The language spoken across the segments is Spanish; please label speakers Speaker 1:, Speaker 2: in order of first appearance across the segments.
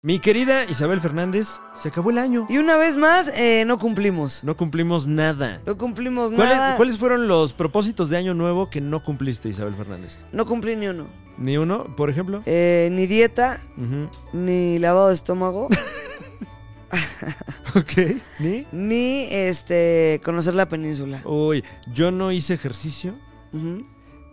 Speaker 1: Mi querida Isabel Fernández, se acabó el año.
Speaker 2: Y una vez más, eh, no cumplimos.
Speaker 1: No cumplimos nada.
Speaker 2: No cumplimos
Speaker 1: ¿Cuáles,
Speaker 2: Pues nada.
Speaker 1: cuáles fueron los propósitos de año nuevo que no cumpliste, Isabel Fernández?
Speaker 2: No cumplí ni uno.
Speaker 1: ¿Ni uno, por ejemplo?
Speaker 2: Eh, ni dieta,
Speaker 1: Ujú.
Speaker 2: ni lavado de estómago,
Speaker 1: Ok. ¿Ni?
Speaker 2: ni este conocer la península.
Speaker 1: Uy, yo no hice ejercicio,
Speaker 2: Ujú.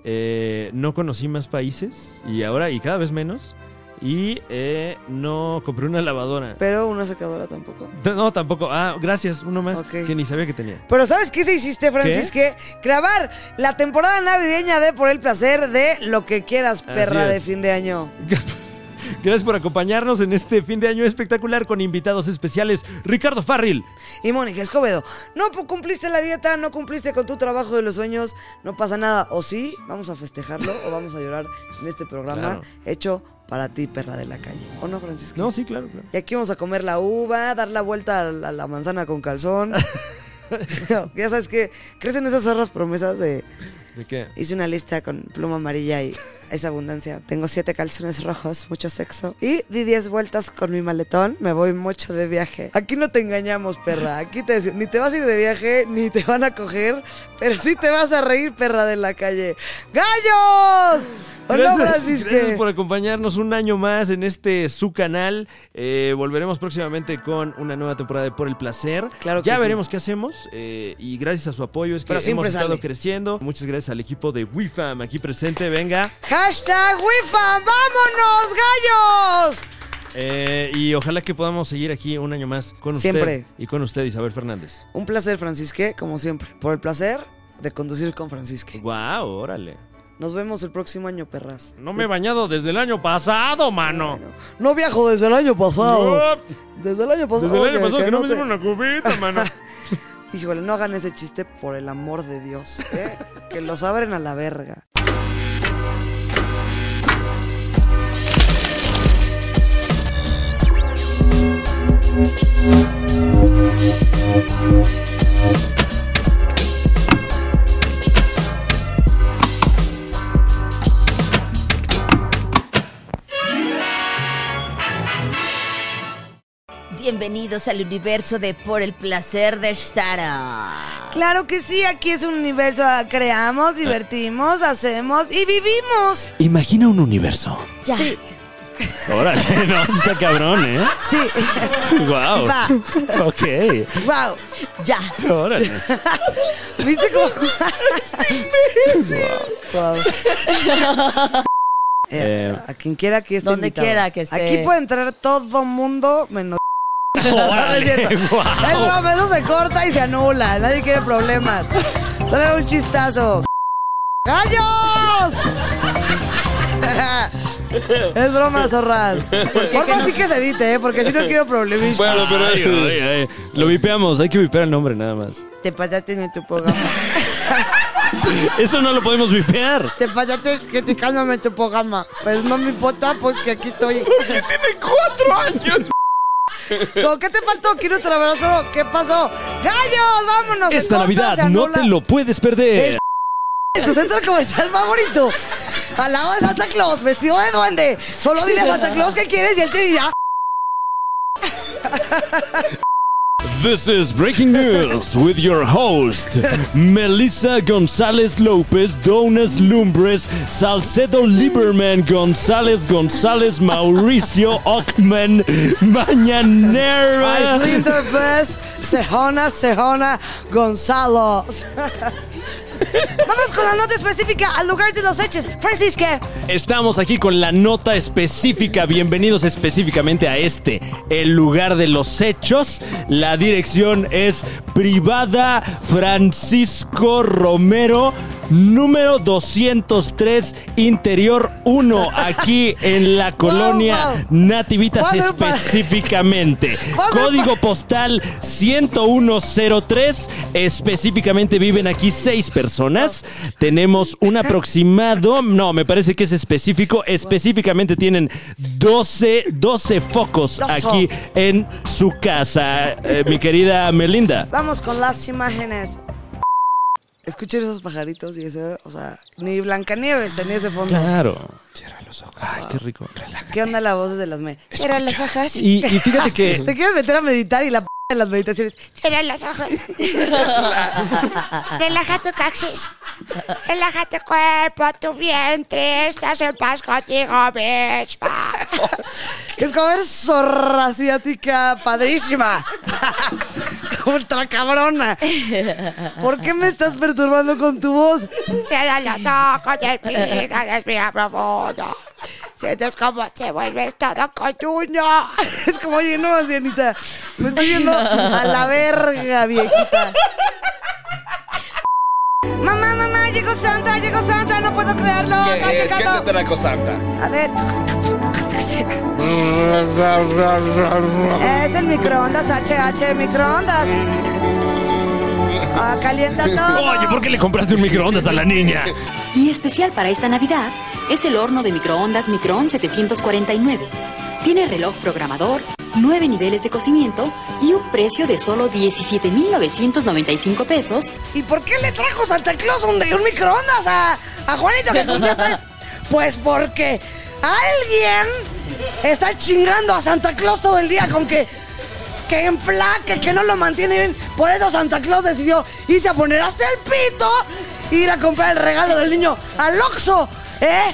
Speaker 1: eh, no conocí más países y ahora, y cada vez menos, y eh, no compré una lavadora.
Speaker 2: Pero una secadora tampoco.
Speaker 1: T- No, tampoco. Ah, gracias, uno más
Speaker 2: Ok.
Speaker 1: que ni sabía que tenía.
Speaker 2: Pero ¿sabes qué se hiciste, Francis? Que grabar la temporada navideña de Por el Placer de Lo que quieras, perra
Speaker 1: es.
Speaker 2: de fin de año.
Speaker 1: Gracias por acompañarnos en este fin de año espectacular con invitados especiales. Ricardo Farril,
Speaker 2: Y Mónica Escobedo, no pu- cumpliste la dieta, no cumpliste con tu trabajo de los sueños, no pasa nada. O sí, vamos a festejarlo o vamos a llorar en este programa
Speaker 1: Claro.
Speaker 2: hecho para ti, perra de la calle. ¿O no, Francisco?
Speaker 1: No, sí, claro, claro.
Speaker 2: Y aquí vamos a comer la uva, dar la vuelta a la, a la manzana con calzón. ya sabes que crecen esas zorras promesas de...
Speaker 1: ¿De qué?
Speaker 2: Hice una lista con pluma amarilla y es abundancia. Tengo siete calzones rojos, mucho sexo. Y di diez vueltas con mi maletón. Me voy mucho de viaje. Aquí no te engañamos, perra. Aquí te dec- ni te vas a ir de viaje, ni te van a coger, pero sí te vas a reír, perra de la calle. ¡Gallos! ¿O Oh, no, Francisque?
Speaker 1: gracias por acompañarnos un año más en este su canal. Eh, volveremos próximamente con una nueva temporada de Por el Placer.
Speaker 2: Claro que
Speaker 1: ya
Speaker 2: sí.
Speaker 1: veremos qué hacemos. eh, y gracias a su apoyo es que
Speaker 2: Pero
Speaker 1: hemos
Speaker 2: siempre
Speaker 1: estado
Speaker 2: sale.
Speaker 1: creciendo. Muchas gracias al equipo de WIFAM aquí presente. Venga.
Speaker 2: Hashtag WIFAM. ¡Vámonos, gallos!
Speaker 1: Eh, y ojalá que podamos seguir aquí un año más con usted
Speaker 2: Siempre.
Speaker 1: y con usted, Isabel Fernández.
Speaker 2: Un placer, Francisque, como siempre. Por el placer de conducir con Francisque.
Speaker 1: Guau, órale.
Speaker 2: Nos vemos el próximo año, perras.
Speaker 1: No me he bañado desde el año pasado, mano.
Speaker 2: Bueno, No viajo desde el año pasado.
Speaker 1: No,
Speaker 2: Desde el año pasado.
Speaker 1: desde el año
Speaker 2: que-
Speaker 1: pasado
Speaker 2: Pues, que
Speaker 1: que no me
Speaker 2: te-
Speaker 1: hicieron una cubita, mano.
Speaker 2: Híjole, no hagan ese chiste por el amor de Dios. ¿eh? que los abren a la verga.
Speaker 3: Bienvenidos al universo de Por el placer de estar.
Speaker 2: Claro que sí, aquí es un universo. ah, Creamos, divertimos, hacemos y vivimos.
Speaker 4: Imagina un universo.
Speaker 3: Ya.
Speaker 2: Sí,
Speaker 4: Órale, no, sí está cabrón, ¿eh?
Speaker 2: sí.
Speaker 4: Wow.
Speaker 2: Va.
Speaker 4: Ok,
Speaker 2: Wow.
Speaker 3: Ya.
Speaker 4: órale.
Speaker 2: ¿Viste cómo? Wow. Eh, a quien quiera que esté
Speaker 3: Donde
Speaker 2: invitado.
Speaker 3: quiera que esté.
Speaker 2: Aquí puede entrar todo mundo menos
Speaker 4: Órale, guau.
Speaker 2: Es broma, eso se corta y se anula. Nadie quiere problemas. Solo era un chistazo. ¡Gallos! Es broma, zorras. Porfa, sí que se edite, ¿eh? Porque si no quiero problemas.
Speaker 1: Bueno, pero
Speaker 4: Ay, ay, ay.
Speaker 1: lo vipeamos, hay que vipear el nombre nada más.
Speaker 2: Te pasaste en tu programa.
Speaker 4: Eso no lo podemos vipear.
Speaker 2: Te pasaste criticándome en tu programa. Pues no me importa porque aquí estoy.
Speaker 4: ¿Qué tiene cuatro años?
Speaker 2: Como, ¿Qué te faltó? Quiero trabajar solo. ¿Qué pasó? ¡Gallos! ¡Vámonos! Se
Speaker 4: Esta
Speaker 2: corta, se
Speaker 4: Navidad no
Speaker 2: anula.
Speaker 4: te lo puedes perder.
Speaker 2: En tu centro comercial favorito. Al lado de Santa Claus, vestido de duende. Solo dile a Santa Claus que quieres y él te dirá.
Speaker 4: This is Breaking News with your host, Melissa González López, Donas Lumbres, Salcedo Lieberman, González González, Mauricio Ockman, Mañanera.
Speaker 2: Slender Best, pues, Sejona, Sejona, Gonzalo. Vamos con la nota específica al lugar de los hechos. Francisca.
Speaker 4: Estamos aquí con la nota específica. Bienvenidos específicamente a este, el lugar de los hechos. La dirección es Privada Francisco Romero, número 203, Interior 1, aquí en la colonia
Speaker 2: wow.
Speaker 4: Nativitas
Speaker 2: Voy a hacer para-
Speaker 4: específicamente.
Speaker 2: Voy a hacer
Speaker 4: Código postal 10103. Específicamente viven aquí seis personas. Tenemos un aproximado. No, me parece que es específico. Específicamente tienen 12, 12 focos
Speaker 2: Dozo.
Speaker 4: aquí en su casa. Eh, mi querida Melinda.
Speaker 2: Vamos con las imágenes. escuchen esos pajaritos y eso, o sea, ni Blancanieves tenía ese fondo.
Speaker 4: Claro. Cierra los ojos. Ay, qué rico.
Speaker 2: ¿Qué onda la voz de las me? Era las hojas.
Speaker 4: Y, y fíjate
Speaker 2: Te
Speaker 4: que
Speaker 2: quieres meter a meditar y la p de las meditaciones.
Speaker 5: Cierra los ojos. Relaja tu caxis. Relaja tu cuerpo, tu vientre. Estás en paz contigo misma.
Speaker 2: Es como ver zorra asiática padrísima. Ultra cabrona. ¿Por qué me estás perturbando con tu voz?
Speaker 5: Cierra los ojos y respira, respira profundo. Sientes como te vuelves todo coyuño.
Speaker 2: Es como, oye, no, ancianita. Me estoy yendo a la verga, viejita. Mamá, mamá, llegó Santa, llegó Santa, no puedo creerlo. Va
Speaker 6: ¿Qué es? ¿Qué
Speaker 2: llegando.
Speaker 6: te trajo Santa?
Speaker 2: A ver. Es el microondas HH, microondas. Ah, calienta todo.
Speaker 4: Oye, ¿por qué le compraste un microondas a la niña?
Speaker 7: Mi especial para esta Navidad es el horno de microondas Micron 749. Tiene reloj programador, nueve niveles de cocimiento y un precio de solo 17.995 pesos
Speaker 2: ¿Y por qué le trajo Santa Claus un, un microondas a, a Juanito que cumplió tres? Pues porque alguien está chingando a Santa Claus todo el día con que, que enflaque, que no lo mantiene bien. Por eso Santa Claus decidió irse a poner hasta el pito e ir a comprar el regalo del niño al Oxxo. ¿Eh?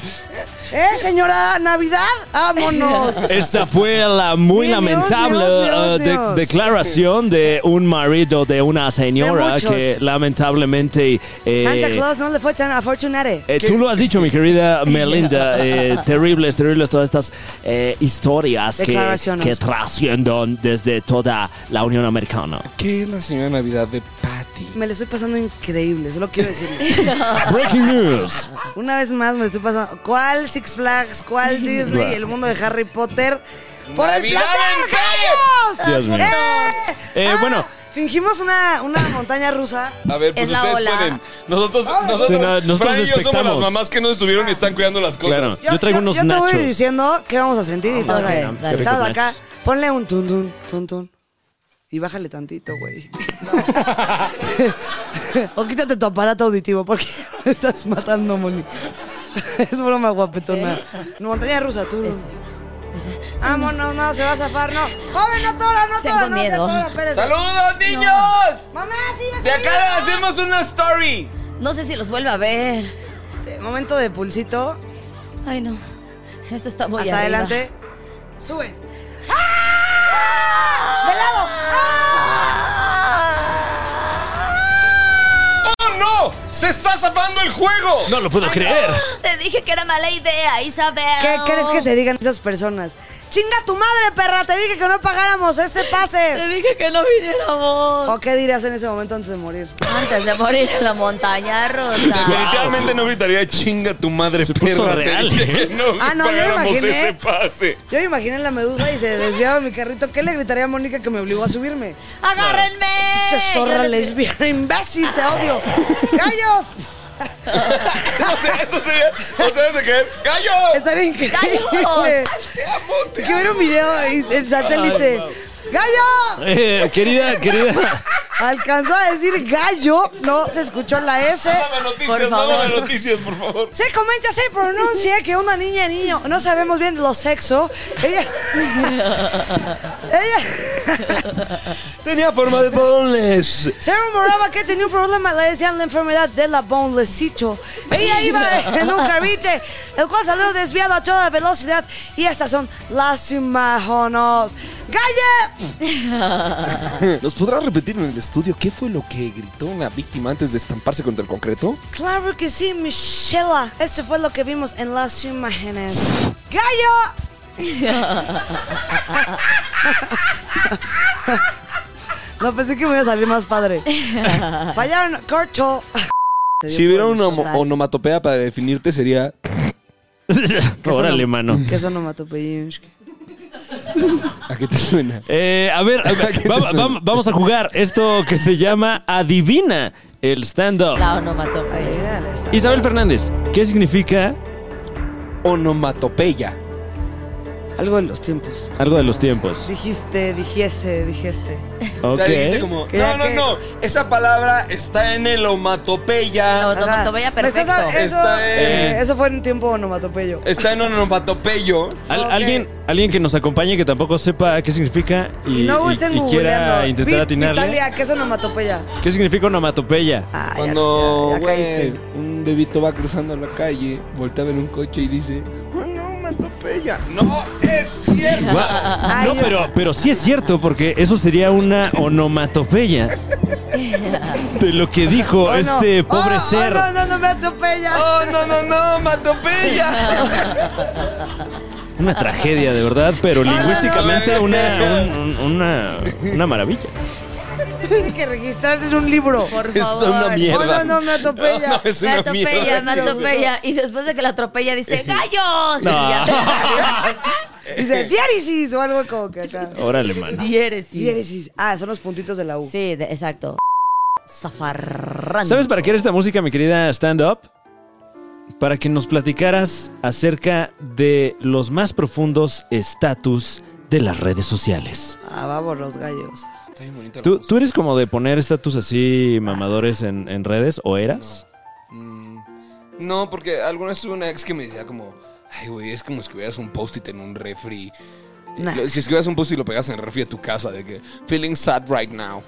Speaker 2: ¿Eh, señora Navidad? ¡Vámonos!
Speaker 4: Esta fue la muy
Speaker 2: Dios,
Speaker 4: lamentable
Speaker 2: Dios,
Speaker 4: eh,
Speaker 2: Dios,
Speaker 4: de-
Speaker 2: Dios.
Speaker 4: declaración de un marido de una señora
Speaker 2: muchos.
Speaker 4: que lamentablemente... eh,
Speaker 2: Santa Claus no le fue tan afortunado.
Speaker 4: eh, tú lo has dicho, mi querida Melinda. eh, terribles, terribles todas estas eh, historias que,
Speaker 2: Declaraciones.
Speaker 4: que trascienden desde toda la Unión Americana.
Speaker 6: ¿Qué es la señora Navidad de Patty?
Speaker 2: Me lo estoy pasando increíble, solo quiero decirle.
Speaker 4: Breaking news.
Speaker 2: Una vez más me estoy pasando. ¿Cuál Six Flags? ¿Cuál Disney? El mundo de Harry Potter. ¡Por el
Speaker 6: ¡Navidad en
Speaker 2: placer,
Speaker 4: Dios mío.
Speaker 2: Dios! ¡Eh!
Speaker 4: Eh,
Speaker 2: Ah,
Speaker 4: bueno.
Speaker 2: Fingimos una, una montaña rusa.
Speaker 6: A ver, pues
Speaker 3: Es la
Speaker 6: ustedes
Speaker 3: ola.
Speaker 6: pueden. Nosotros, nosotros,
Speaker 4: Sí, no, nosotros
Speaker 6: Fran y yo somos las
Speaker 4: despertamos.
Speaker 6: mamás que no estuvieron y están cuidando las cosas.
Speaker 4: Claro. Yo traigo unos
Speaker 2: yo te voy a
Speaker 4: nachos. Ah,
Speaker 2: ir diciendo qué vamos a sentir y todo.
Speaker 3: Vamos,
Speaker 2: ¿sabes?
Speaker 3: venga, dale.
Speaker 2: Estamos
Speaker 4: Qué ricos
Speaker 2: acá.
Speaker 4: nachos.
Speaker 2: Ponle un tun tun tun tun. Y bájale tantito, güey. o quítate tu aparato auditivo porque me estás matando, Moni. es broma guapetona. Montaña rusa, tú. Vámonos, no, se va a zafar, no. Joven, no tora, no
Speaker 3: Tengo
Speaker 2: tora, no se
Speaker 3: miedo.
Speaker 2: atora, espérese.
Speaker 6: ¡Saludos, niños!
Speaker 2: Mamá, sí, me
Speaker 6: De acá
Speaker 2: salió.
Speaker 6: le hacemos una story.
Speaker 3: No sé si los vuelva a ver.
Speaker 2: Eh, Momento de pulsito.
Speaker 3: Ay, no. Esto está muy
Speaker 2: Hasta
Speaker 3: arriba.
Speaker 2: adelante. Subes. ¡Ah! ¡De lado!
Speaker 6: ¡Oh, no! ¡Se está zapando el juego!
Speaker 4: No lo puedo creer.
Speaker 3: Te dije que era mala idea, Isabel.
Speaker 2: ¿Qué crees que se digan esas personas? ¡Chinga tu madre, perra! Te dije que no pagáramos este
Speaker 3: Te
Speaker 2: pase.
Speaker 3: dije que no viniéramos.
Speaker 2: ¿O qué dirías en ese momento antes de morir?
Speaker 3: Antes de morir en la montaña rusa.
Speaker 6: Definitivamente no gritaría chinga tu madre
Speaker 4: Se puso
Speaker 6: perra. te
Speaker 4: real,
Speaker 6: dije
Speaker 4: ¿eh?
Speaker 6: que no
Speaker 2: Ah, no, yo
Speaker 6: pagáramos
Speaker 2: imaginé.
Speaker 6: ese pase.
Speaker 2: Yo me imaginé la medusa y se desviaba mi carrito. ¿Qué le gritaría a Mónica que me obligó a subirme?
Speaker 3: ¡Agárrenme!
Speaker 2: ¡Che zorra lesbiana, imbécil! ¡Te odio! ¡Gallo!
Speaker 6: o sea, eso sería. O sea, de que. ¡Gallo!
Speaker 2: Estaría increíble.
Speaker 3: ¡Gallos!
Speaker 6: ¡Te amo, te
Speaker 2: Que ver un video ahí en satélite. ¡Gallo!
Speaker 4: Eh, querida, querida.
Speaker 2: Alcanzó a decir gallo, no se escuchó la S.
Speaker 6: Dame noticias, dame noticias, por favor.
Speaker 2: Se comenta, se pronuncia que una niña, niño, no sabemos bien los sexos. Ella. ella.
Speaker 6: Tenía forma de boneless.
Speaker 2: Se rumoraba que tenía un problema, le decían la enfermedad de la bonlecito. Ella iba en un carrete, el cual salió desviado a toda velocidad. Y estas son las imágenes. ¡Galle!
Speaker 6: ¿Nos podrá repetir en el estudio qué fue lo que gritó una víctima antes de estamparse contra el concreto?
Speaker 2: Claro que sí, Michela. Esto fue lo que vimos en las imágenes. ¡Gallo! No pensé que me iba a salir más padre. Fallaron, corto.
Speaker 6: Si hubiera una homo- onomatopea para definirte sería...
Speaker 4: Órale, mano.
Speaker 2: Que eso no mató pues, Peyushk.
Speaker 6: ¿A qué te suena?
Speaker 4: Eh, a ver, a ver,
Speaker 6: ¿Qué te
Speaker 4: va-
Speaker 6: suena?
Speaker 4: va- vamos a jugar esto que se llama Adivina el stand-up.
Speaker 3: La onomatopeya.
Speaker 4: Isabel Fernández, ¿qué significa?
Speaker 6: Onomatopeya.
Speaker 2: Algo de los tiempos.
Speaker 4: Algo de los tiempos.
Speaker 2: Dijiste, dijese, dijiste.
Speaker 6: O
Speaker 4: Ok.
Speaker 6: sea, dijiste como,
Speaker 2: Que ya
Speaker 6: no, no,
Speaker 2: que-
Speaker 6: no, esa palabra está en el
Speaker 3: No,
Speaker 6: omatopeya,
Speaker 3: no,
Speaker 2: Ajá.
Speaker 3: no, vaya
Speaker 2: Me estás
Speaker 3: perfecto.
Speaker 2: a- eso,
Speaker 6: Está
Speaker 2: eh,
Speaker 6: en-
Speaker 2: eso fue en tiempo pues, onomatopeyo.
Speaker 6: está en onomatopeyo.
Speaker 4: Al-
Speaker 2: Ok.
Speaker 4: alguien, alguien que nos acompañe que tampoco sepa qué significa y,
Speaker 2: Y no
Speaker 4: y-
Speaker 2: gusten
Speaker 4: y quiera
Speaker 2: googleando.
Speaker 4: intentar
Speaker 2: Vi-
Speaker 4: atinarle.
Speaker 2: Vitalia, ¿qué es onomatopeya?
Speaker 4: ¿Qué significa onomatopeya?
Speaker 2: Ah, ya-
Speaker 6: Cuando,
Speaker 2: ya- ya
Speaker 6: güey,
Speaker 2: caíste.
Speaker 6: un bebito va cruzando la calle, voltea a ver un coche y dice, onomatopeya. No, es cierto.
Speaker 2: Ay,
Speaker 4: no,
Speaker 2: yo-
Speaker 4: pero, pero sí es cierto, porque eso sería una onomatopeya de lo que dijo
Speaker 2: Oh, no.
Speaker 4: este pobre
Speaker 2: Oh, oh,
Speaker 4: ser.
Speaker 2: no, no, no me atropella.
Speaker 6: Oh, no, no, no,
Speaker 2: Ah,
Speaker 6: matopeya.
Speaker 4: Una tragedia, de verdad, pero lingüísticamente una, un- un- una, una maravilla.
Speaker 2: Tiene que registrarse en un libro.
Speaker 3: Por
Speaker 6: Es
Speaker 3: favor.
Speaker 6: una
Speaker 2: Oh,
Speaker 6: mierda.
Speaker 2: no, no me atropella.
Speaker 6: No, no, es
Speaker 3: Me
Speaker 6: una
Speaker 3: atropella, me
Speaker 6: mierda.
Speaker 3: atropella. Y después de que la atropella dice, ¡gallos!
Speaker 4: No.
Speaker 3: Y ya se
Speaker 2: Dice diéresis o algo como que acá.
Speaker 4: Órale, mano.
Speaker 3: Diéresis.
Speaker 2: Diéresis. Ah, son los puntitos de la U.
Speaker 3: Sí, de- exacto. Zafarrán.
Speaker 4: ¿Sabes para qué era esta música, mi querida stand-up? Para que nos platicaras acerca de los más profundos estatus de las redes sociales.
Speaker 2: Ah, vamos los gallos.
Speaker 6: Está bien bonita la
Speaker 4: ¿Tú,
Speaker 6: voz.
Speaker 4: tú eres como de poner estatus así mamadores en, en redes o eras?
Speaker 6: Mm, No, porque alguna vez tuve una ex que me decía como, ay, güey, es como si escribieras un post-it en un refri.
Speaker 2: Nah.
Speaker 6: Lo- Si escribieras un post-it y lo pegas en el refri a tu casa, de que, feeling sad right now.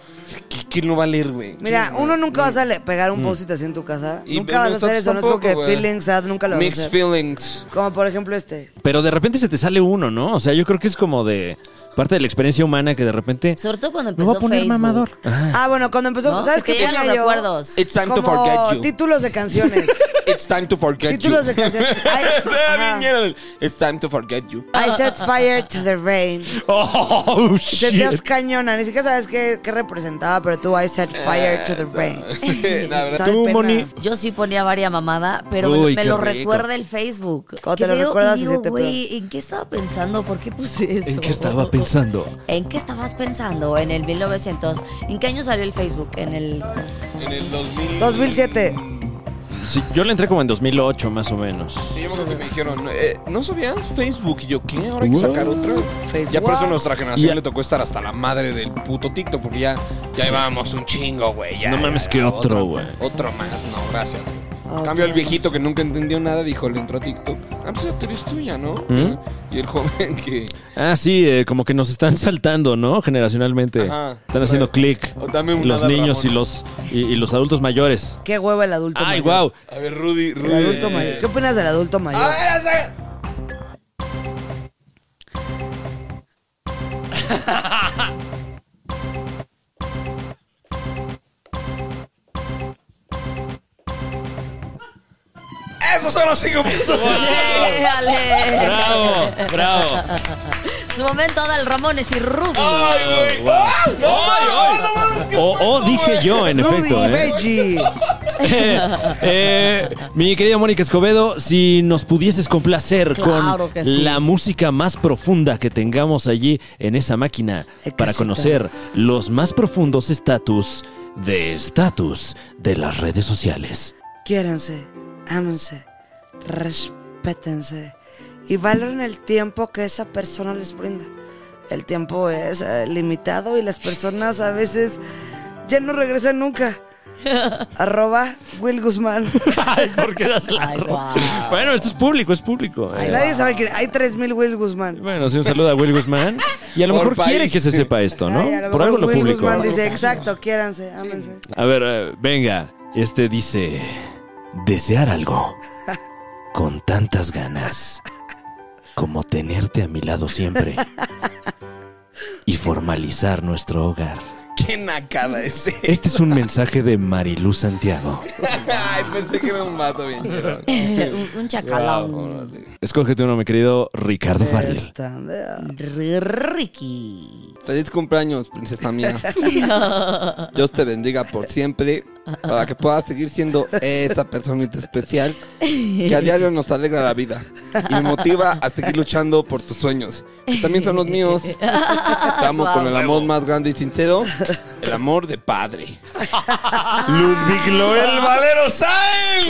Speaker 6: ¿Qui- ¿Quién lo va a leer, güey?
Speaker 2: Mira,
Speaker 6: ¿Quién lo va a
Speaker 2: uno
Speaker 6: leer?
Speaker 2: nunca vas a le- pegar un post-it así en tu casa.
Speaker 6: Y
Speaker 2: nunca vas a
Speaker 6: nosotros
Speaker 2: hacer eso. No es como que
Speaker 6: tampoco, güey.
Speaker 2: feeling sad, nunca lo vas a
Speaker 6: Mixed
Speaker 2: hacer.
Speaker 6: feelings.
Speaker 2: Como por ejemplo este.
Speaker 4: Pero de repente se te sale uno, ¿no? O sea, yo creo que es como de parte de la experiencia humana que de repente
Speaker 3: Sobre todo cuando
Speaker 4: me
Speaker 3: empezó
Speaker 4: voy a poner
Speaker 3: Facebook.
Speaker 4: mamador. Ajá.
Speaker 2: Ah, bueno, cuando empezó,
Speaker 3: ¿no?
Speaker 2: ¿sabes
Speaker 3: Que
Speaker 2: qué
Speaker 3: te llegan
Speaker 2: tenía
Speaker 3: los
Speaker 2: yo?
Speaker 3: recuerdos.
Speaker 4: Eh,
Speaker 6: It's time to
Speaker 2: Como
Speaker 6: forget you.
Speaker 2: títulos de canciones.
Speaker 6: It's time to forget you.
Speaker 2: títulos de canciones. Ay,
Speaker 6: Ah,
Speaker 2: ajá.
Speaker 6: niñero, It's time to forget you.
Speaker 2: I set fire to the rain.
Speaker 4: Oh,
Speaker 2: Y
Speaker 4: shit.
Speaker 2: Te sentías cañona, ni siquiera sabes qué, qué representaba, pero tú I set fire to the rain.
Speaker 6: La verdad.
Speaker 2: Está de
Speaker 4: Tú,
Speaker 2: pena.
Speaker 4: Moni.
Speaker 3: Yo sí ponía varia mamada, pero me lo-
Speaker 4: Uy,
Speaker 3: me
Speaker 4: qué
Speaker 3: lo
Speaker 4: rico.
Speaker 3: recuerda el Facebook.
Speaker 2: Cuando
Speaker 3: Que
Speaker 2: te lo
Speaker 3: veo y
Speaker 2: recuerdas, sí
Speaker 3: digo,
Speaker 2: se te
Speaker 3: güey, ¿en qué estaba pensando? ¿Por qué puse eso?
Speaker 4: ¿En qué estaba pensando?
Speaker 3: ¿En qué estabas pensando? En el 1900. ¿En qué año salió el Facebook? En el...
Speaker 6: En el 2000.
Speaker 2: 2007.
Speaker 4: Sí, yo le entré como en 2008, más o menos.
Speaker 6: Sí, yo me acuerdo que me dijeron, eh, ¿no sabías Facebook? Y yo, ¿qué? ¿Ahora hay que sacar otra?
Speaker 2: Facebook.
Speaker 6: Ya por eso a nuestra generación
Speaker 4: Ya.
Speaker 6: le tocó estar hasta la madre del puto TikTok, porque ya, ya llevábamos un chingo, güey. ya,
Speaker 4: No
Speaker 6: ya,
Speaker 4: mames,
Speaker 6: ya,
Speaker 4: que otro,
Speaker 6: otro,
Speaker 4: güey.
Speaker 6: Otro más, no, gracias. güey.
Speaker 2: Otro
Speaker 6: Cambio el viejito que nunca entendió nada, dijo, le entró a TikTok. Ah, pues esa teoría es tuya, ¿no?
Speaker 4: ¿Mm?
Speaker 6: Y el joven que...
Speaker 4: Ah, sí, eh, como que nos están saltando, ¿no? Generacionalmente.
Speaker 6: Ajá.
Speaker 4: Están haciendo clic.
Speaker 6: O dame una
Speaker 4: Los
Speaker 6: de
Speaker 4: niños y
Speaker 6: Ramón.
Speaker 4: los, y, y los adultos mayores.
Speaker 2: Qué hueva el adulto
Speaker 4: Ay,
Speaker 2: mayor.
Speaker 4: wow.
Speaker 6: A ver, Rudy, Rudy.
Speaker 2: El adulto mayor. ¿Qué opinas del adulto
Speaker 6: A
Speaker 2: mayor?
Speaker 6: ver, ese- Esos son los cinco puntos.
Speaker 3: ¡Éale!
Speaker 4: Bravo, bravo.
Speaker 3: Su momento Adal Ramones y Rudy.
Speaker 8: Ah.
Speaker 4: Wow.
Speaker 6: Ah,
Speaker 4: O, o dije yo, en
Speaker 2: Rudy,
Speaker 4: efecto. ¿eh?
Speaker 2: Benji.
Speaker 4: Eh, mi querida Mónica Escobedo, si nos pudieses complacer
Speaker 3: Claro
Speaker 4: con
Speaker 3: que sí.
Speaker 4: la música más profunda que tengamos allí en esa máquina
Speaker 2: Qué
Speaker 4: para
Speaker 2: cosita.
Speaker 4: conocer los más profundos estatus de estatus de las redes sociales.
Speaker 2: Quiéranse, ámense, respétense y valoren el tiempo que esa persona les brinda. El tiempo es eh, limitado y las personas a veces ya no regresan nunca. Arroba Will Guzmán.
Speaker 4: Ay, ¿por qué das
Speaker 3: Ay, guau.
Speaker 4: Bueno, esto es público, es público. Eh,
Speaker 2: Nadie sabe que hay 3.000 Will Guzmán.
Speaker 4: Bueno, sí, un saludo a Will Guzmán. Y a lo
Speaker 6: Por
Speaker 4: mejor quiere
Speaker 6: país.
Speaker 4: que se sepa esto, ¿no?
Speaker 2: Ay, a
Speaker 4: Por
Speaker 2: mejor
Speaker 4: algo lo
Speaker 2: Will
Speaker 4: publicó.
Speaker 2: Guzmán dice, exacto, quiéranse, ámense.
Speaker 4: A ver, eh, venga. Este dice, desear algo con tantas ganas como tenerte a mi lado siempre y formalizar nuestro hogar.
Speaker 6: Qué nacada ese.
Speaker 4: Este es un mensaje de Marilú Santiago.
Speaker 6: Ay, pensé que era un vato bien. llorón.
Speaker 3: un, un chacalón.
Speaker 4: Escógete uno, mi querido Ricardo Farril.
Speaker 2: Esta, vea.
Speaker 3: R- Ricky.
Speaker 6: Feliz cumpleaños, princesa mía. Dios te bendiga por siempre para que puedas seguir siendo esa personita especial que a diario nos alegra la vida y me motiva a seguir luchando por tus sueños, que también son los míos. Te amo con el amor más grande y sincero, el amor de padre. Ludwig Loel Valero Sáenz.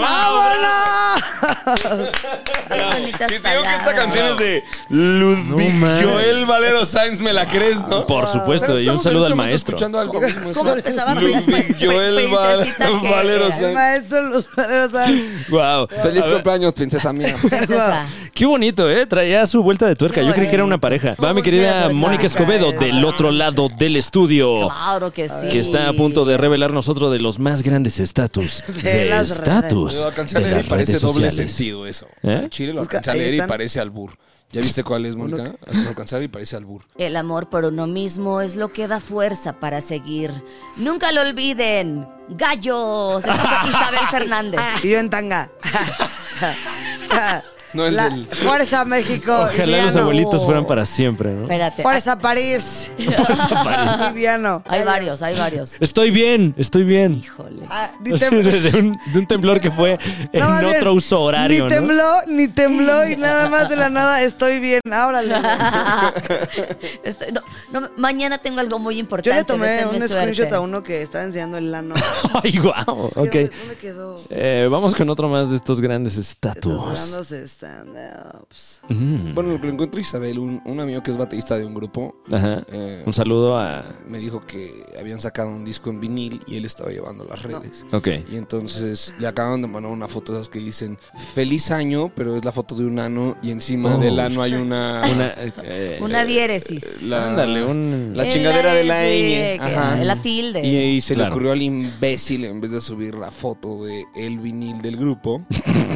Speaker 3: Qué bonitas
Speaker 8: Si te digo que esta
Speaker 3: palabras.
Speaker 8: canción es de Ludwig
Speaker 1: No, man.
Speaker 8: Joel Valero Sainz, me la crees, ¿no?
Speaker 4: Por supuesto, y un
Speaker 6: Estamos en
Speaker 4: saludo
Speaker 6: este
Speaker 4: al
Speaker 6: momento
Speaker 4: maestro.
Speaker 6: Escuchando algo mismo, es
Speaker 3: ¿Cómo
Speaker 6: una-
Speaker 3: empezaba?
Speaker 8: Ludwig Joel
Speaker 3: Princesita
Speaker 8: Val-
Speaker 3: que
Speaker 8: Valero
Speaker 3: eres.
Speaker 2: El
Speaker 8: Sáenz.
Speaker 2: maestro Luz Valero Sáenz.
Speaker 4: Wow.
Speaker 6: Feliz cumpleaños, princesa mía.
Speaker 3: Princesa.
Speaker 4: Qué bonito, ¿eh? Traía su vuelta de tuerca.
Speaker 3: Qué
Speaker 4: Yo creí que era una
Speaker 3: bonito.
Speaker 4: pareja. Va
Speaker 3: Todo
Speaker 4: mi
Speaker 3: era
Speaker 4: querida
Speaker 3: tuerca.
Speaker 4: Mónica Escobedo del otro lado del estudio.
Speaker 3: Claro que sí.
Speaker 4: Que está a punto de revelarnos otro de los más grandes estatus.
Speaker 2: De
Speaker 4: De
Speaker 2: las redes.
Speaker 4: estatus.
Speaker 6: Lo alcancé a
Speaker 4: De
Speaker 6: leer
Speaker 4: las
Speaker 6: y parece
Speaker 4: redes
Speaker 6: doble
Speaker 4: sociales.
Speaker 6: sentido eso.
Speaker 4: ¿Eh?
Speaker 6: El Chile lo
Speaker 2: Busca-
Speaker 6: alcancé a
Speaker 2: ahí
Speaker 6: leer y
Speaker 2: están.
Speaker 6: parece albur. ¿Ya viste cuál es, Mónica? Lo alcancé a leer y parece albur.
Speaker 3: El amor por uno mismo es lo que da fuerza para seguir. Nunca lo olviden. Gallos. Esto fue Isabel Fernández.
Speaker 2: Y yo en tanga.
Speaker 6: No, el
Speaker 2: La-
Speaker 6: del-
Speaker 2: Fuerza México.
Speaker 4: Ojalá los
Speaker 2: Liviano.
Speaker 4: abuelitos fueran para siempre, ¿no?
Speaker 3: Espérate.
Speaker 2: Fuerza París.
Speaker 4: Fuerza París.
Speaker 2: Liviano.
Speaker 3: Hay varios, hay varios.
Speaker 4: Estoy bien, estoy bien.
Speaker 3: Híjole.
Speaker 2: Ah, ni
Speaker 4: Así
Speaker 2: tem-
Speaker 4: De, de un, de un temblor que fue en
Speaker 2: No, más bien,
Speaker 4: otro uso horario,
Speaker 2: Ni
Speaker 4: ¿no?
Speaker 2: tembló, ni tembló y nada más de la nada estoy bien. Ahora Ah.
Speaker 3: Estoy- no, no, mañana tengo algo muy importante.
Speaker 2: Yo le tomé
Speaker 3: deseenme
Speaker 2: un
Speaker 3: suerte.
Speaker 2: screenshot a uno que estaba enseñando el lano.
Speaker 4: Ay, wow.
Speaker 2: Es que
Speaker 4: Ok.
Speaker 2: ¿dónde- ¿Dónde quedó?
Speaker 4: Eh, vamos con otro más de estos grandes
Speaker 2: Estás
Speaker 4: estatuas.
Speaker 2: dándose stand-ups.
Speaker 4: Mm.
Speaker 6: Bueno, lo que encontró Isabel, un, un amigo que es baterista de un grupo,
Speaker 4: Ajá.
Speaker 6: eh,
Speaker 4: Un saludo a.
Speaker 6: me dijo que habían sacado un disco en vinil y él estaba llevando las redes.
Speaker 4: Ok.
Speaker 6: Y entonces le acaban de mandar una foto de esas que dicen feliz año, pero es la foto de un ano y encima
Speaker 4: Oh.
Speaker 6: del ano hay una.
Speaker 4: Una. eh,
Speaker 3: Una diéresis.
Speaker 6: Eh, la,
Speaker 4: Ándale, un-
Speaker 6: la chingadera de la
Speaker 3: ñ.
Speaker 6: ñ. Ajá.
Speaker 3: La tilde.
Speaker 6: Y, y se
Speaker 4: Claro.
Speaker 6: le ocurrió al imbécil, en vez de subir la foto de el vinil del grupo,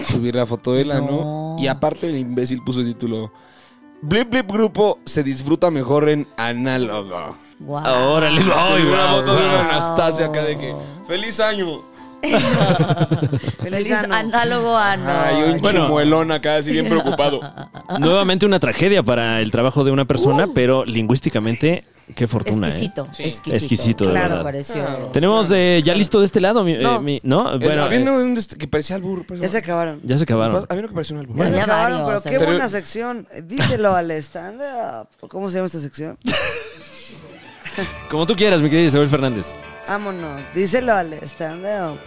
Speaker 6: subir la foto del ano. Y aparte el imbécil puso el título. Blip Blip Grupo se disfruta mejor en análogo.
Speaker 3: Guau.
Speaker 4: Órale,
Speaker 6: Y
Speaker 4: ay,
Speaker 6: una
Speaker 4: wow.
Speaker 6: foto de una
Speaker 3: wow.
Speaker 6: Anastasia acá de que. ¡Feliz año!
Speaker 3: Feliz análogo a no.
Speaker 6: Ay, un
Speaker 4: Bueno.
Speaker 6: chimuelón acá así bien preocupado.
Speaker 2: Ah,
Speaker 4: Nuevamente una tragedia para el trabajo de una persona,
Speaker 2: Uh.
Speaker 4: pero lingüísticamente, qué fortuna,
Speaker 3: Exquisito,
Speaker 4: ¿eh?
Speaker 3: exquisito.
Speaker 4: Exquisito, de
Speaker 3: Claro,
Speaker 4: verdad.
Speaker 3: pareció.
Speaker 4: Tenemos eh, ya listo de este lado, mi- eh, mi- ¿no?
Speaker 6: El-
Speaker 4: Bueno,
Speaker 6: había
Speaker 4: eh,
Speaker 6: uno de- que parecía albur. pero-
Speaker 2: Ya se acabaron.
Speaker 4: ya se acabaron.
Speaker 6: Había uno que parecía un albur.
Speaker 2: Ya se
Speaker 3: Ya
Speaker 2: acabaron,
Speaker 3: varios,
Speaker 2: pero qué
Speaker 6: pero-
Speaker 2: buena sección. Díselo al stand-up. ¿O ¿Cómo se llama esta sección?
Speaker 4: Como tú quieras, mi querida Isabel Fernández.
Speaker 2: Vámonos. Díselo al stand-up.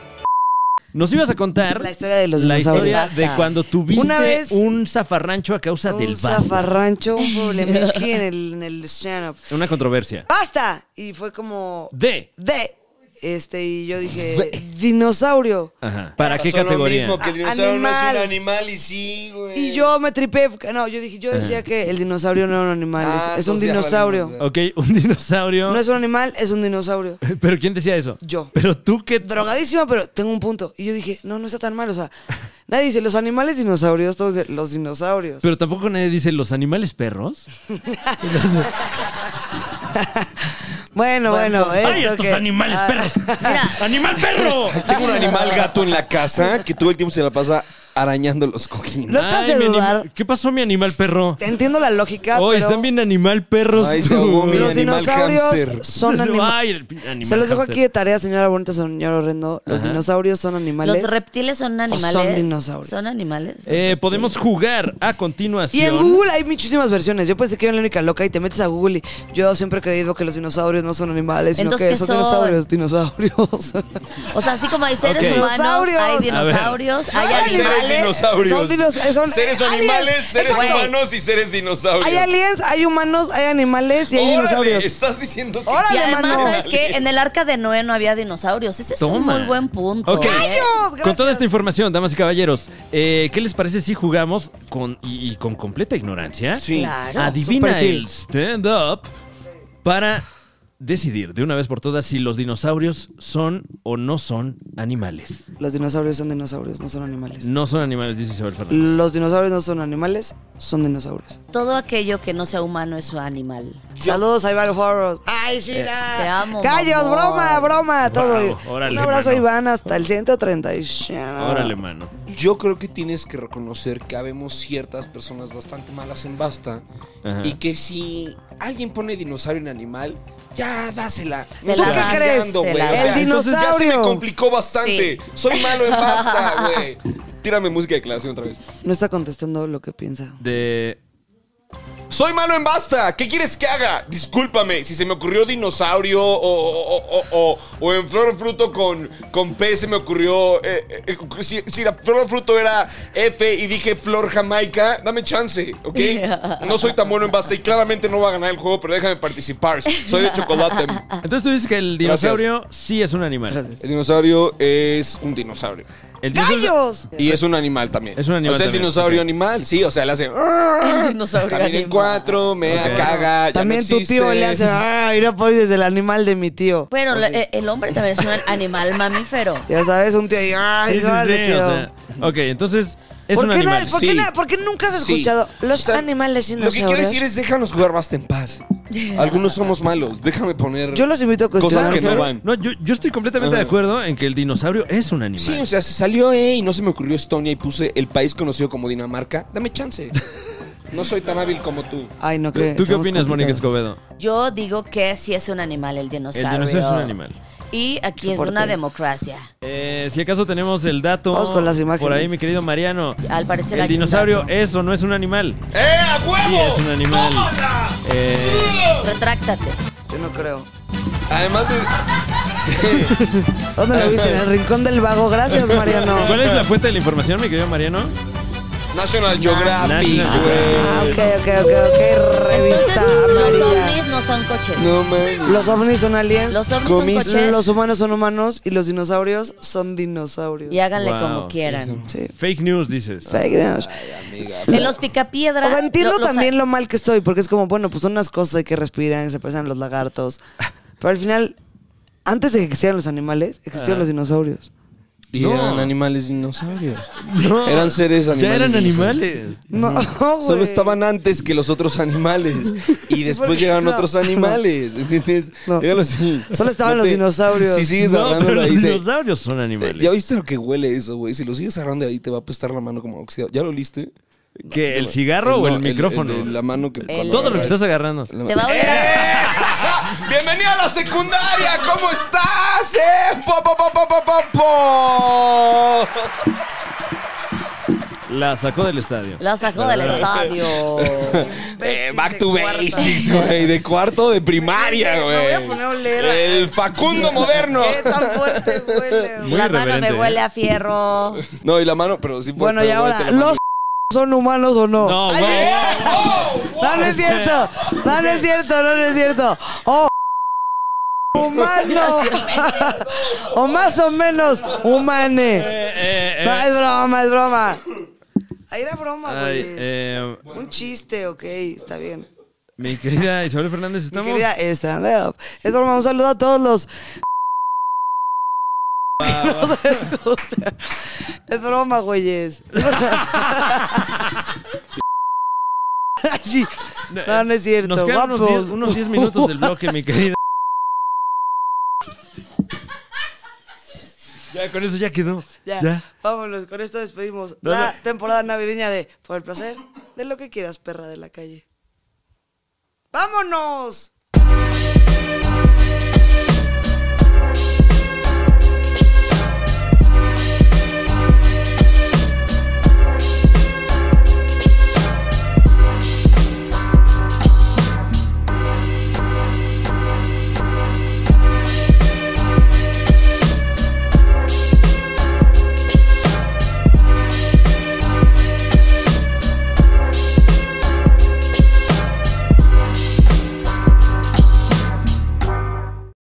Speaker 4: Nos ibas a contar
Speaker 2: La historia de los
Speaker 4: la
Speaker 2: dinosaurios.
Speaker 4: historia de
Speaker 3: Basta.
Speaker 4: cuando tuviste
Speaker 2: Una vez-
Speaker 4: un zafarrancho a causa del
Speaker 2: Un
Speaker 4: basta.
Speaker 2: zafarrancho, un problemiski en el, en el stand-up.
Speaker 4: Una controversia.
Speaker 2: ¡Basta! Y fue como...
Speaker 4: De.
Speaker 2: De. Este, y yo dije... Dinosaurio.
Speaker 4: Ajá. ¿Para qué
Speaker 6: Pasó
Speaker 4: categoría?
Speaker 6: Lo mismo que el
Speaker 2: A-
Speaker 6: dinosaurio no es
Speaker 2: animal.
Speaker 6: un animal y sí, güey.
Speaker 2: Y yo me tripé. No, yo dije, yo decía que el dinosaurio no era un animal. es-
Speaker 6: Ah,
Speaker 2: es, un
Speaker 6: entonces ya
Speaker 2: dinosaurio.
Speaker 6: valimos,
Speaker 4: Ok, un dinosaurio.
Speaker 2: No es un animal, es un dinosaurio.
Speaker 4: ¿Pero quién decía eso?
Speaker 2: Yo.
Speaker 4: Pero tú qué...
Speaker 2: Drogadísima, pero tengo un punto. Y yo dije, no, no está tan mal. O sea, nadie dice los animales dinosaurios, todos dicen los dinosaurios.
Speaker 4: Pero tampoco nadie dice los animales perros.
Speaker 2: Bueno, bueno,
Speaker 4: ¡Ay,
Speaker 2: esto
Speaker 4: estos
Speaker 2: que-
Speaker 4: animales
Speaker 2: Ah,
Speaker 4: perros! ¡Animal perro!
Speaker 6: Tengo un animal gato en la casa que todo el tiempo se la pasa arañando los cojines.
Speaker 2: No estás
Speaker 4: Ay,
Speaker 2: de
Speaker 4: mi anima-
Speaker 2: dudar.
Speaker 4: ¿Qué pasó, mi animal perro?
Speaker 2: Entiendo la lógica,
Speaker 4: Hoy
Speaker 2: pero
Speaker 4: están bien animal perros.
Speaker 6: Ay,
Speaker 4: tú.
Speaker 6: se ahogó mi
Speaker 2: los
Speaker 6: animal
Speaker 2: dinosaurios
Speaker 6: hámster.
Speaker 2: son animales.
Speaker 4: Ay, el pin- animal
Speaker 2: Se los dejo
Speaker 4: hámster.
Speaker 2: aquí de tarea, señora bonita, señor horrendo. Los
Speaker 4: Ajá.
Speaker 2: dinosaurios son animales.
Speaker 3: Los reptiles son animales.
Speaker 2: son dinosaurios?
Speaker 3: Son animales.
Speaker 4: Eh, podemos jugar a
Speaker 2: Y
Speaker 4: continuación.
Speaker 2: en Google hay muchísimas versiones. Yo pensé que era la única loca y te metes a Google y yo siempre he creído que los dinosaurios no son animales, sino
Speaker 3: Entonces,
Speaker 2: que
Speaker 3: ¿qué
Speaker 2: son,
Speaker 3: son?
Speaker 2: dinosaurios, dinosaurios.
Speaker 3: O sea, así como hay seres
Speaker 4: Ok.
Speaker 3: humanos, hay
Speaker 4: Dinosaurios.
Speaker 3: dinosaurios, hay
Speaker 2: Ay,
Speaker 3: animales.
Speaker 2: seres dinosaurios. Son dinos- son,
Speaker 8: seres
Speaker 2: eh, aliens.
Speaker 8: animales, seres
Speaker 3: Exacto.
Speaker 8: humanos y seres dinosaurios.
Speaker 2: Hay aliens, hay humanos, hay animales y hay
Speaker 8: Órale,
Speaker 2: dinosaurios.
Speaker 8: Estás diciendo que
Speaker 2: ¡Órale,
Speaker 3: Y además,
Speaker 2: mano!
Speaker 3: ¿sabes qué? En el arca de Noé no había dinosaurios. Ese es un
Speaker 4: Toma.
Speaker 3: muy buen punto.
Speaker 4: Ok.
Speaker 3: ¿eh?
Speaker 2: ¡Dios!
Speaker 4: Con toda esta
Speaker 2: Gracias.
Speaker 4: información, damas y caballeros, eh, ¿qué les parece si jugamos con y, y con completa ignorancia?
Speaker 6: Sí.
Speaker 3: Claro.
Speaker 4: Adivina
Speaker 2: Super sí.
Speaker 4: el stand-up para decidir de una vez por todas si los dinosaurios son o no son animales.
Speaker 2: Los dinosaurios son dinosaurios, no son animales.
Speaker 4: No son animales, dice Isabel Fernández.
Speaker 2: Los dinosaurios no son animales, son dinosaurios.
Speaker 3: Todo aquello que no sea humano es un animal.
Speaker 2: Saludos a Iván Horros. ¡Ay,
Speaker 3: Te
Speaker 2: Shira!
Speaker 3: amo,
Speaker 2: ¡Gallos,
Speaker 3: mamón.
Speaker 2: broma, broma! Todo.
Speaker 4: órale,
Speaker 2: Un abrazo,
Speaker 4: mano.
Speaker 2: Iván, hasta el 130. y-
Speaker 4: Órale, mano.
Speaker 6: Yo creo que tienes que reconocer que habemos ciertas personas bastante malas en basta
Speaker 4: Ajá.
Speaker 6: y que si alguien pone dinosaurio en animal, ya dásela.
Speaker 3: Se la das,
Speaker 6: creando,
Speaker 3: se
Speaker 6: güey.
Speaker 3: la
Speaker 6: O sea,
Speaker 2: das. El
Speaker 6: entonces Ya se
Speaker 2: dinosaurio.
Speaker 6: me complicó bastante. Soy malo en basta, güey. Tírame música de clase otra vez.
Speaker 2: No está contestando lo que piensa.
Speaker 4: De.
Speaker 6: Soy malo en basta. ¿Qué quieres que haga? Discúlpame si se me ocurrió dinosaurio o, o- o- o- o en flor fruto con, con P se me ocurrió. eh, eh, si, si la flor fruto era F y dije flor jamaica, dame chance, ¿ok? No soy tan bueno en basta y claramente no va a ganar el juego, pero déjame participar. Soy de chocolate.
Speaker 2: Ah.
Speaker 4: Entonces tú dices que el dinosaurio sí es un animal.
Speaker 6: El dinosaurio es un dinosaurio.
Speaker 4: El dinosaurio-
Speaker 2: ¡Gallos!
Speaker 6: Y es un animal también.
Speaker 4: Es un animal
Speaker 6: O sea, el
Speaker 4: también,
Speaker 6: dinosaurio
Speaker 4: ok.
Speaker 6: animal, sí, o sea, le hace.
Speaker 3: dinosaurio
Speaker 6: Camina en
Speaker 3: animal.
Speaker 6: cuatro, me
Speaker 4: Ok.
Speaker 6: caga. ya
Speaker 2: También
Speaker 6: no
Speaker 2: tu tío
Speaker 6: existe.
Speaker 2: le hace, ah, ir a por ahí desde el animal de mi tío.
Speaker 3: Bueno,
Speaker 4: Pues
Speaker 3: la- eh, el hombre también es un animal mamífero.
Speaker 2: Ya sabes, un tío ahí,
Speaker 4: Sí,
Speaker 2: ay,
Speaker 4: sí,
Speaker 2: se va el
Speaker 4: sí,
Speaker 2: tío.
Speaker 4: o sea, ok, entonces es
Speaker 2: ¿Por
Speaker 4: un
Speaker 2: qué no-
Speaker 4: animal.
Speaker 2: ¿por, qué
Speaker 6: sí.
Speaker 2: no- por qué nunca has
Speaker 6: Sí.
Speaker 2: escuchado los
Speaker 6: O sea,
Speaker 2: animales
Speaker 6: Lo que
Speaker 2: dinosaurios?
Speaker 6: quiero decir es déjanos jugar basta en paz. Algunos somos malos. Déjame poner.
Speaker 2: Yo los invito a
Speaker 6: cosas que no
Speaker 2: cuestionarse.
Speaker 6: van.
Speaker 4: No, yo, yo estoy completamente de
Speaker 6: Ajá.
Speaker 4: acuerdo en que el dinosaurio es un animal.
Speaker 6: Sí, o sea, se salió, eh, y no se me ocurrió Estonia y puse el país conocido como Dinamarca. Dame chance. No soy tan hábil como tú.
Speaker 2: Ay, no,
Speaker 4: ¿Tú-
Speaker 2: que
Speaker 4: ¿Tú qué
Speaker 2: somos
Speaker 4: opinas, Mónica
Speaker 2: complicados.
Speaker 4: Escobedo?
Speaker 3: Yo digo que sí es un animal el dinosaurio.
Speaker 4: dinosaurio es un animal.
Speaker 3: Y aquí
Speaker 2: Qué
Speaker 3: es
Speaker 2: fuerte.
Speaker 3: una democracia.
Speaker 4: Eh, si acaso tenemos el dato
Speaker 2: Vamos con las imágenes.
Speaker 4: por ahí, mi querido Mariano.
Speaker 3: Al parecer
Speaker 4: el
Speaker 3: hay un
Speaker 4: dinosaurio
Speaker 3: dato.
Speaker 4: es o no es un animal.
Speaker 6: ¡Eh, a
Speaker 4: Sí,
Speaker 6: huevo!
Speaker 4: es un animal.
Speaker 6: ¡Tómala!
Speaker 4: Eh,
Speaker 3: Retráctate.
Speaker 2: Yo no creo.
Speaker 6: Además de.
Speaker 2: ¿Dónde lo viste? En el rincón del vago. Gracias, Mariano.
Speaker 4: ¿Cuál es la fuente de la información, mi querido Mariano?
Speaker 6: National Geographic,
Speaker 4: National
Speaker 6: güey.
Speaker 2: Ah, ok, ok, ok, ok.
Speaker 3: Entonces,
Speaker 2: Revista
Speaker 3: los
Speaker 2: amarilla.
Speaker 3: ovnis no son coches.
Speaker 6: No mames.
Speaker 2: Los ovnis son aliens.
Speaker 3: Los ovnis son coches.
Speaker 2: Los humanos son humanos y los dinosaurios son dinosaurios.
Speaker 3: Y háganle
Speaker 4: Wow.
Speaker 3: como quieran.
Speaker 2: Sí.
Speaker 4: Fake news, dices.
Speaker 2: Fake news.
Speaker 3: En los picapiedra.
Speaker 2: O sea, entiendo
Speaker 3: lo- los-
Speaker 2: también lo mal que estoy, porque es como, bueno, pues son unas cosas de que respiran, se parecen a los lagartos. Pero al final, antes de que existieran los animales, existían los dinosaurios.
Speaker 6: Y
Speaker 4: No.
Speaker 6: eran animales dinosaurios.
Speaker 4: No,
Speaker 6: Eran seres
Speaker 4: Ya
Speaker 6: animales.
Speaker 4: eran animales.
Speaker 2: No, güey.
Speaker 6: Solo estaban antes que los otros animales. Y
Speaker 2: ¿Por
Speaker 6: después
Speaker 2: qué?
Speaker 6: llegaron
Speaker 2: No.
Speaker 6: otros animales. ¿Entiendes?
Speaker 2: No.
Speaker 6: Llegaron así.
Speaker 2: Solo estaban los dinosaurios.
Speaker 6: Si sigues
Speaker 4: No,
Speaker 6: hablando
Speaker 4: pero
Speaker 6: ahí.
Speaker 4: los
Speaker 6: te-
Speaker 4: dinosaurios son animales.
Speaker 6: ¿Ya viste lo que huele eso, güey? Si lo sigues agarrando de ahí, te va a apestar la mano como oxidado. ¿Ya lo oliste?
Speaker 4: ¿Qué, el cigarro o el micrófono?
Speaker 6: el- la mano que. cuando
Speaker 4: Todo lo que
Speaker 6: agarras-
Speaker 4: estás agarrando.
Speaker 6: la- ¡Eh!
Speaker 3: Te va a oler a-
Speaker 6: ¡Bienvenido a la secundaria! ¿Cómo estás? eh? Po, po, po, po, po, po, po.
Speaker 4: La sacó del estadio.
Speaker 3: La sacó del
Speaker 4: Ah.
Speaker 3: estadio.
Speaker 6: Eh, back to basics, güey. De cuarto de primaria,
Speaker 2: Me
Speaker 6: güey.
Speaker 2: voy a poner a oler.
Speaker 6: El Facundo moderno.
Speaker 2: ¿Qué tan fuerte huele, güey?
Speaker 4: Muy
Speaker 3: La mano me
Speaker 4: irreverente,
Speaker 3: huele
Speaker 4: ¿eh?
Speaker 3: a fierro.
Speaker 6: No, y la mano, pero sí fue.
Speaker 2: Bueno, y
Speaker 6: pero
Speaker 2: ahora,
Speaker 6: vuéltela,
Speaker 2: ¿los son humanos o no?
Speaker 4: No,
Speaker 2: Ay,
Speaker 4: güey.
Speaker 2: No, no es cierto. No, no es cierto, no, no es cierto. Oh, humano. o más o menos, humane.
Speaker 4: Eh, eh, eh.
Speaker 2: No, es broma, es broma. Ahí era broma,
Speaker 4: Ay,
Speaker 2: güey.
Speaker 4: eh,
Speaker 2: Un chiste, ok, está bien.
Speaker 4: mi querida Isabel Fernández,
Speaker 2: Mi
Speaker 4: estamos.
Speaker 2: querida stand up. Es broma, un saludo a todos los que nos escuchan. Es broma, güeyes. Ay, sí.
Speaker 4: No, eh,
Speaker 2: No, no es cierto.
Speaker 4: Nos quedan unos
Speaker 2: guapos.
Speaker 4: 10 unos 10 minutos del bloque, mi querida. Ya, con eso ya quedó.
Speaker 2: Ya,
Speaker 4: Ya.
Speaker 2: vámonos, con esto despedimos
Speaker 4: No,
Speaker 2: la
Speaker 4: no.
Speaker 2: temporada navideña de Por el placer de lo que quieras, perra de la calle. ¡Vámonos!